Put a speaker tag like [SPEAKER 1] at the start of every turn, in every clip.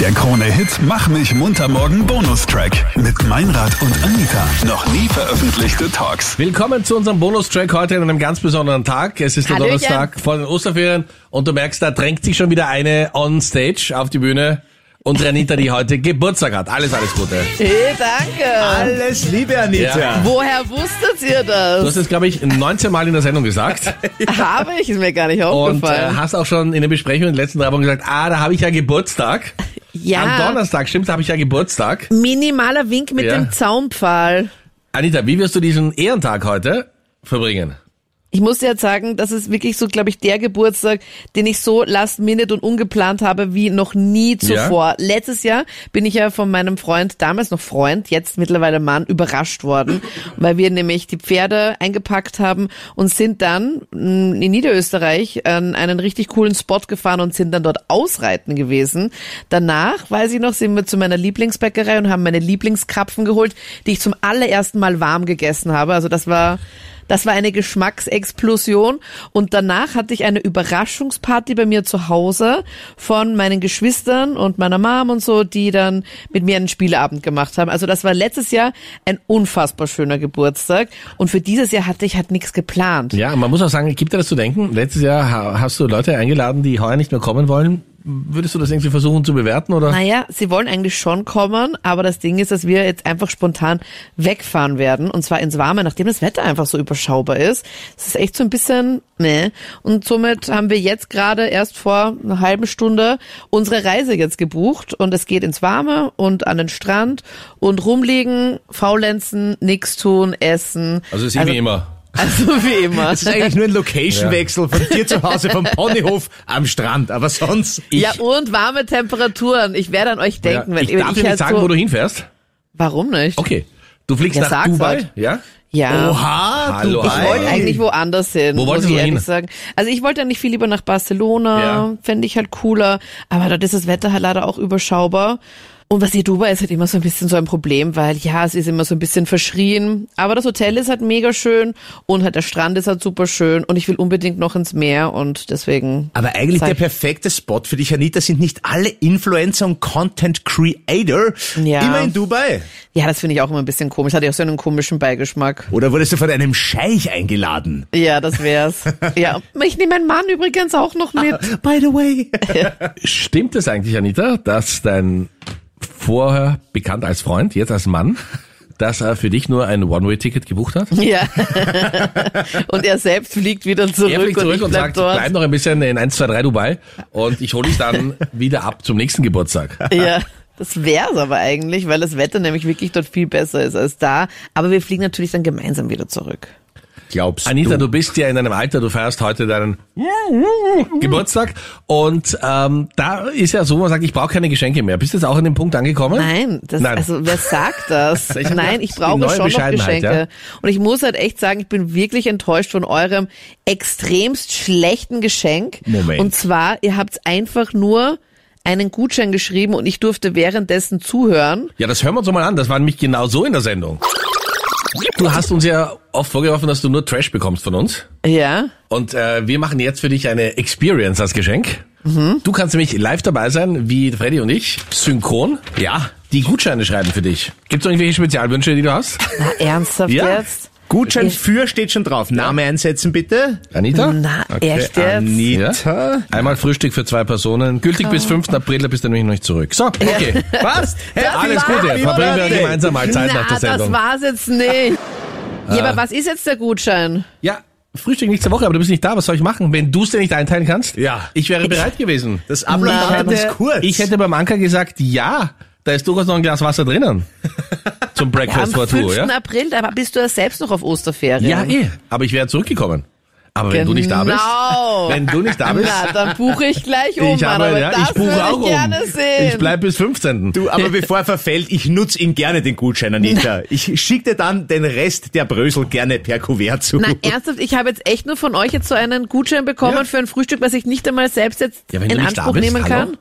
[SPEAKER 1] Der Krone-Hit Mach mich munter morgen Bonustrack mit Meinrad und Anita. Noch nie veröffentlichte Talks.
[SPEAKER 2] Willkommen zu unserem Bonustrack heute an einem ganz besonderen Tag. Es ist der
[SPEAKER 3] Hallöchen.
[SPEAKER 2] Donnerstag vor den Osterferien und du merkst, da drängt sich schon wieder eine on stage auf die Bühne. Unsere Anita, die heute Geburtstag hat. Alles, alles Gute.
[SPEAKER 3] Hey, danke.
[SPEAKER 4] Alles Liebe, Anita.
[SPEAKER 2] Ja.
[SPEAKER 3] Woher wusstet ihr
[SPEAKER 2] Du
[SPEAKER 3] das?
[SPEAKER 2] hast es, glaube ich, 19 Mal in der Sendung gesagt
[SPEAKER 3] Habe ich, ist mir gar nicht
[SPEAKER 2] und äh,
[SPEAKER 3] aufgefallen.
[SPEAKER 2] hast auch schon in der Besprechung in den letzten drei Wochen gesagt, ah, da habe ich ja Geburtstag. Am
[SPEAKER 3] ja,
[SPEAKER 2] Donnerstag, stimmt, da habe ich ja Geburtstag.
[SPEAKER 3] minimaler Wink mit
[SPEAKER 2] Ja.
[SPEAKER 3] dem Zaunpfahl.
[SPEAKER 2] Anita, wie wirst du diesen Ehrentag heute verbringen?
[SPEAKER 3] Ich muss dir jetzt sagen, das ist wirklich so, glaube ich, der Geburtstag, den ich so last minute und ungeplant habe wie noch nie zuvor. Letztes Jahr bin ich ja von meinem Freund, damals noch Freund, jetzt mittlerweile Mann, überrascht worden, weil wir nämlich die Pferde eingepackt haben und sind dann mh, in Niederösterreich an einen richtig coolen Spot gefahren und sind dann dort ausreiten gewesen. Danach, weiß ich noch, sind wir zu meiner Lieblingsbäckerei und haben meine Lieblingskrapfen geholt, die ich zum allerersten Mal warm gegessen habe. Also das war das war eine Geschmacksexplosion. Und danach hatte ich eine Überraschungsparty bei mir zu Hause von meinen Geschwistern und meiner Mom und so, die dann mit mir einen Spieleabend gemacht haben. Also das war letztes Jahr ein unfassbar schöner Geburtstag. Und für dieses Jahr hatte ich halt nichts geplant.
[SPEAKER 2] Ja, man muss auch sagen, gibt dir das zu denken? Letztes Jahr ha- hast du Leute eingeladen, die heuer nicht mehr kommen wollen. Würdest du das irgendwie versuchen zu bewerten oder?
[SPEAKER 3] Naja, sie wollen eigentlich schon kommen, aber das Ding ist, dass wir jetzt einfach spontan wegfahren werden und zwar ins Warme, nachdem das Wetter einfach so überschaubar ist. Es ist echt so ein bisschen ne. Und somit haben wir jetzt gerade erst vor einer halben Stunde unsere Reise jetzt gebucht und es geht ins Warme und an den Strand und rumliegen, faulenzen, nichts tun, essen.
[SPEAKER 2] Also es ist wie immer.
[SPEAKER 3] Also wie immer.
[SPEAKER 4] Das ist eigentlich nur ein Location-Wechsel von dir zu Hause, vom Ponyhof am Strand. Aber sonst,
[SPEAKER 3] ja, und warme Temperaturen. Ich werde an euch denken, wenn
[SPEAKER 2] ich darf dir nicht
[SPEAKER 3] halt
[SPEAKER 2] sagen,
[SPEAKER 3] so,
[SPEAKER 2] wo du hinfährst.
[SPEAKER 3] Warum nicht?
[SPEAKER 2] Okay. Du fliegst
[SPEAKER 3] Ja,
[SPEAKER 2] nach
[SPEAKER 3] sag's
[SPEAKER 2] Dubai,
[SPEAKER 3] halt.
[SPEAKER 2] ja?
[SPEAKER 3] Ja.
[SPEAKER 4] oha,
[SPEAKER 2] Hallo,
[SPEAKER 4] Dubai.
[SPEAKER 3] Ich wollte eigentlich woanders hin,
[SPEAKER 2] Wo
[SPEAKER 3] muss
[SPEAKER 2] wolltest
[SPEAKER 3] ich
[SPEAKER 2] du hin?
[SPEAKER 3] ehrlich sagen. Also ich wollte eigentlich viel lieber nach Barcelona,
[SPEAKER 2] Ja.
[SPEAKER 3] fände ich halt cooler, aber dort ist das Wetter halt leider auch überschaubar. Und was hier Dubai ist halt immer so ein bisschen so ein Problem, weil ja, es ist immer so ein bisschen verschrien. Aber das Hotel ist halt mega schön und halt der Strand ist halt super schön und ich will unbedingt noch ins Meer und deswegen.
[SPEAKER 4] Aber eigentlich
[SPEAKER 3] Sag
[SPEAKER 4] der
[SPEAKER 3] ich-
[SPEAKER 4] perfekte Spot für dich, Anita, sind nicht alle Influencer und Content Creator
[SPEAKER 3] Ja.
[SPEAKER 4] immer in Dubai.
[SPEAKER 3] Ja, das finde ich auch immer ein bisschen komisch. Hatte ich auch so einen komischen Beigeschmack.
[SPEAKER 4] Oder wurdest du von einem Scheich eingeladen?
[SPEAKER 3] Ja, das wär's. ja. Ich nehme meinen Mann übrigens auch noch mit.
[SPEAKER 4] By the way.
[SPEAKER 2] Stimmt es eigentlich, Anita, dass dein vorher bekannt als Freund, jetzt als Mann, dass er für dich nur ein One-Way-Ticket gebucht hat?
[SPEAKER 3] Ja. und er selbst fliegt wieder zurück,
[SPEAKER 2] Er fliegt
[SPEAKER 3] und,
[SPEAKER 2] zurück
[SPEAKER 3] ich
[SPEAKER 2] und
[SPEAKER 3] bleib
[SPEAKER 2] sagt,
[SPEAKER 3] dort.
[SPEAKER 2] bleib noch ein bisschen in 1, 2, 3 Dubai und ich hole dich dann wieder ab zum nächsten Geburtstag.
[SPEAKER 3] Ja. Das wär's aber eigentlich, weil das Wetter nämlich wirklich dort viel besser ist als da. Aber wir fliegen natürlich dann gemeinsam wieder zurück.
[SPEAKER 4] Glaubst
[SPEAKER 2] Anita,
[SPEAKER 4] du?
[SPEAKER 2] du bist ja in deinem Alter, du feierst heute deinen Geburtstag und ähm, da ist ja so, man sagt, ich brauche keine Geschenke mehr. Bist du jetzt auch an dem Punkt angekommen?
[SPEAKER 3] Nein, das,
[SPEAKER 2] Nein.
[SPEAKER 3] also wer sagt das?
[SPEAKER 2] Ich-
[SPEAKER 3] Nein, ich
[SPEAKER 2] Die neue
[SPEAKER 3] brauche schon noch
[SPEAKER 2] Bescheidenheit,
[SPEAKER 3] Geschenke. Und ich muss halt echt sagen, ich bin wirklich enttäuscht von eurem extremst schlechten Geschenk.
[SPEAKER 4] Moment.
[SPEAKER 3] Und zwar, ihr habt einfach nur einen Gutschein geschrieben und ich durfte währenddessen zuhören.
[SPEAKER 2] Ja, das hören wir uns doch mal an. Das war nämlich genau so in der Sendung. Du hast uns ja oft vorgeworfen, dass du nur Trash bekommst von uns.
[SPEAKER 3] Ja.
[SPEAKER 2] Und äh, wir machen jetzt für dich eine Experience als Geschenk.
[SPEAKER 3] Mhm.
[SPEAKER 2] Du kannst nämlich live dabei sein, wie Freddy und ich, synchron, ja, die Gutscheine schreiben für dich. Gibt's irgendwelche Spezialwünsche, die du hast?
[SPEAKER 3] Na, ernsthaft
[SPEAKER 2] Ja.
[SPEAKER 3] jetzt?
[SPEAKER 4] Gutschein
[SPEAKER 3] Ich-
[SPEAKER 4] für steht schon drauf. Name einsetzen bitte.
[SPEAKER 2] Anita?
[SPEAKER 3] Na, echt
[SPEAKER 2] ah,
[SPEAKER 3] jetzt?
[SPEAKER 4] Anita.
[SPEAKER 2] Einmal Frühstück für zwei Personen. Gültig bis
[SPEAKER 3] Oh.
[SPEAKER 2] 5. April, da bist du nämlich noch nicht zurück. So, okay. Was? Alles
[SPEAKER 3] war-
[SPEAKER 2] Gute. Verbringen wir
[SPEAKER 4] Birthday.
[SPEAKER 2] gemeinsam mal Zeit nach der
[SPEAKER 3] Na, das
[SPEAKER 2] Sendung. Ah.
[SPEAKER 3] war's jetzt nicht. Ja, aber was ist jetzt der Gutschein?
[SPEAKER 2] Ja, Frühstück nächste Woche, aber du bist nicht da. Was soll ich machen, wenn du es dir nicht einteilen kannst?
[SPEAKER 4] Ja.
[SPEAKER 2] Ich wäre bereit gewesen.
[SPEAKER 4] Das Ablaufdatum ist kurz.
[SPEAKER 2] Ich hätte beim Anker gesagt, ja, da ist durchaus noch ein Glas Wasser drinnen. Zum
[SPEAKER 3] Am
[SPEAKER 2] Breakfast for
[SPEAKER 3] 5.
[SPEAKER 2] Two, ja?
[SPEAKER 3] April, da bist du ja selbst noch auf Osterferien.
[SPEAKER 2] Ja, eh. Aber ich wäre zurückgekommen. Aber wenn du nicht da bist.
[SPEAKER 3] Genau.
[SPEAKER 2] Wenn du nicht da bist.
[SPEAKER 3] Na, dann buche ich gleich um,
[SPEAKER 2] ich
[SPEAKER 3] Mann, aber
[SPEAKER 2] habe, ja,
[SPEAKER 3] das
[SPEAKER 2] ich buche
[SPEAKER 3] würde
[SPEAKER 2] auch
[SPEAKER 3] ich gerne
[SPEAKER 2] um.
[SPEAKER 3] sehen.
[SPEAKER 2] Ich bleib bis 15.
[SPEAKER 4] Du, aber bevor er verfällt, ich nutze ihn gerne, den Gutschein, Anita. Ich schicke dir dann den Rest der Brösel gerne per Kuvert zu.
[SPEAKER 3] Nein, ernsthaft, ich habe jetzt echt nur von euch jetzt so einen Gutschein bekommen
[SPEAKER 2] Ja.
[SPEAKER 3] für ein Frühstück, was ich nicht einmal selbst jetzt
[SPEAKER 2] Ja, wenn du
[SPEAKER 3] in
[SPEAKER 2] nicht da
[SPEAKER 3] Anspruch
[SPEAKER 2] bist,
[SPEAKER 3] nehmen
[SPEAKER 2] hallo?
[SPEAKER 3] kann.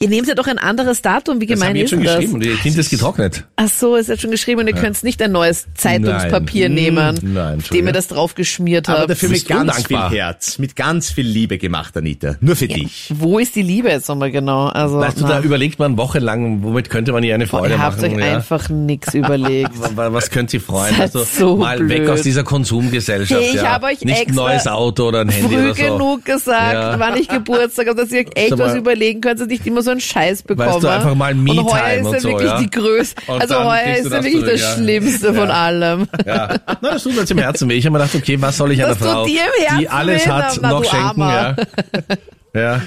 [SPEAKER 3] Ihr nehmt ja doch ein anderes Datum, wie
[SPEAKER 2] Das
[SPEAKER 3] gemein
[SPEAKER 2] haben wir jetzt
[SPEAKER 3] ist
[SPEAKER 2] schon
[SPEAKER 3] denn das?
[SPEAKER 2] geschrieben und ihr Kind ist getrocknet.
[SPEAKER 3] Ach so, ist jetzt schon geschrieben und ihr könnt nicht ein neues Zeitungspapier
[SPEAKER 2] Nein.
[SPEAKER 3] nehmen,
[SPEAKER 2] Hm, nein,
[SPEAKER 3] dem ihr das draufgeschmiert
[SPEAKER 4] Aber
[SPEAKER 3] habt.
[SPEAKER 4] dafür mit
[SPEAKER 2] bist
[SPEAKER 4] ganz
[SPEAKER 2] undankbar.
[SPEAKER 4] viel Herz, mit ganz viel Liebe gemacht, Anita. Nur für dich.
[SPEAKER 3] Wo ist die Liebe jetzt nochmal genau? Also,
[SPEAKER 2] Weißt du,
[SPEAKER 3] na,
[SPEAKER 2] da überlegt man wochenlang, womit könnte man ihr eine Freude
[SPEAKER 3] ihr habt
[SPEAKER 2] machen.
[SPEAKER 3] euch
[SPEAKER 2] ja.
[SPEAKER 3] einfach nichts überlegt.
[SPEAKER 2] Wa- Was könnt sie freuen?
[SPEAKER 3] Seid
[SPEAKER 2] Also
[SPEAKER 3] so
[SPEAKER 2] mal weg
[SPEAKER 3] blöd.
[SPEAKER 2] aus dieser Konsumgesellschaft.
[SPEAKER 3] Hey, ich
[SPEAKER 2] ja.
[SPEAKER 3] hab euch
[SPEAKER 2] Nicht
[SPEAKER 3] extra
[SPEAKER 2] neues Auto oder ein Handy
[SPEAKER 3] Früh
[SPEAKER 2] oder so.
[SPEAKER 3] genug gesagt,
[SPEAKER 2] Ja.
[SPEAKER 3] wann ich Geburtstag habe, dass ihr euch echt
[SPEAKER 2] Sag mal,
[SPEAKER 3] was überlegen könnt, dass ich nicht immer so einen Scheiß bekomme.
[SPEAKER 2] du, einfach mal Me-Time
[SPEAKER 3] und heuer ist
[SPEAKER 2] und
[SPEAKER 3] ja
[SPEAKER 2] so,
[SPEAKER 3] wirklich
[SPEAKER 2] ja.
[SPEAKER 3] die größte,
[SPEAKER 2] Und
[SPEAKER 3] also
[SPEAKER 2] dann
[SPEAKER 3] heuer
[SPEAKER 2] kriegst
[SPEAKER 3] ist
[SPEAKER 2] du
[SPEAKER 3] ja
[SPEAKER 2] das
[SPEAKER 3] wirklich
[SPEAKER 2] zurück,
[SPEAKER 3] das
[SPEAKER 2] ja.
[SPEAKER 3] Schlimmste von allem.
[SPEAKER 2] Ja. Na, das tut mir jetzt im Herzen weh. Ich habe mir gedacht, okay, was soll ich
[SPEAKER 3] Das
[SPEAKER 2] einer
[SPEAKER 3] tut
[SPEAKER 2] Frau,
[SPEAKER 3] dir im Herzen
[SPEAKER 2] die alles
[SPEAKER 3] weh,
[SPEAKER 2] hat,
[SPEAKER 3] na,
[SPEAKER 2] noch
[SPEAKER 3] du
[SPEAKER 2] schenken? Ja.
[SPEAKER 3] Armer.
[SPEAKER 2] ja.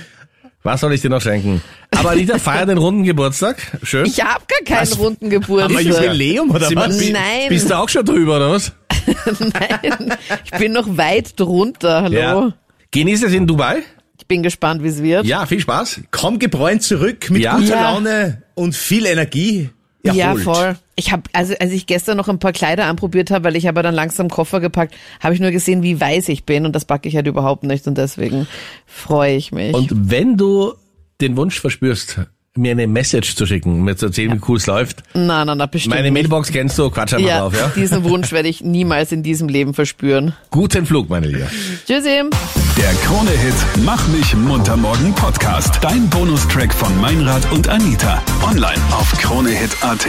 [SPEAKER 2] Was soll ich dir noch schenken? Aber Anita, feier den runden Geburtstag. Schön.
[SPEAKER 3] Ich habe gar keinen runden Geburtstag.
[SPEAKER 4] Aber Jubiläum oder
[SPEAKER 2] Sie-
[SPEAKER 4] was?
[SPEAKER 2] bi-
[SPEAKER 3] Nein.
[SPEAKER 2] Bist du auch schon drüber, oder was?
[SPEAKER 3] Nein, ich bin noch weit drunter. Hallo.
[SPEAKER 2] Genieß es in Dubai.
[SPEAKER 3] Ich bin gespannt, wie es wird.
[SPEAKER 2] Ja, viel Spaß.
[SPEAKER 4] Komm gebräunt zurück mit
[SPEAKER 2] Ja.
[SPEAKER 4] guter
[SPEAKER 3] Ja.
[SPEAKER 4] Laune und viel Energie.
[SPEAKER 3] Ja,
[SPEAKER 4] Erholt.
[SPEAKER 3] voll. Ich habe also als ich gestern noch ein paar Kleider anprobiert habe, weil ich aber dann langsam Koffer gepackt, habe ich nur gesehen, wie weiß ich bin und das packe ich halt überhaupt nicht und deswegen freue ich mich.
[SPEAKER 2] Und wenn du den Wunsch verspürst, mir eine Message zu schicken, mir zu erzählen, wie cool es läuft,
[SPEAKER 3] na, na, na, bestimmt.
[SPEAKER 2] meine
[SPEAKER 3] nicht.
[SPEAKER 2] Mailbox kennst du, quatsch einfach
[SPEAKER 3] ja,
[SPEAKER 2] drauf, ja?
[SPEAKER 3] diesen Wunsch werde ich niemals in diesem Leben verspüren.
[SPEAKER 2] Guten Flug, meine Liebe.
[SPEAKER 3] Tschüssi.
[SPEAKER 1] Der Krone-Hit Mach mich munter morgen Podcast. Dein Bonustrack von Meinrad und Anita. Online auf kronehit.at.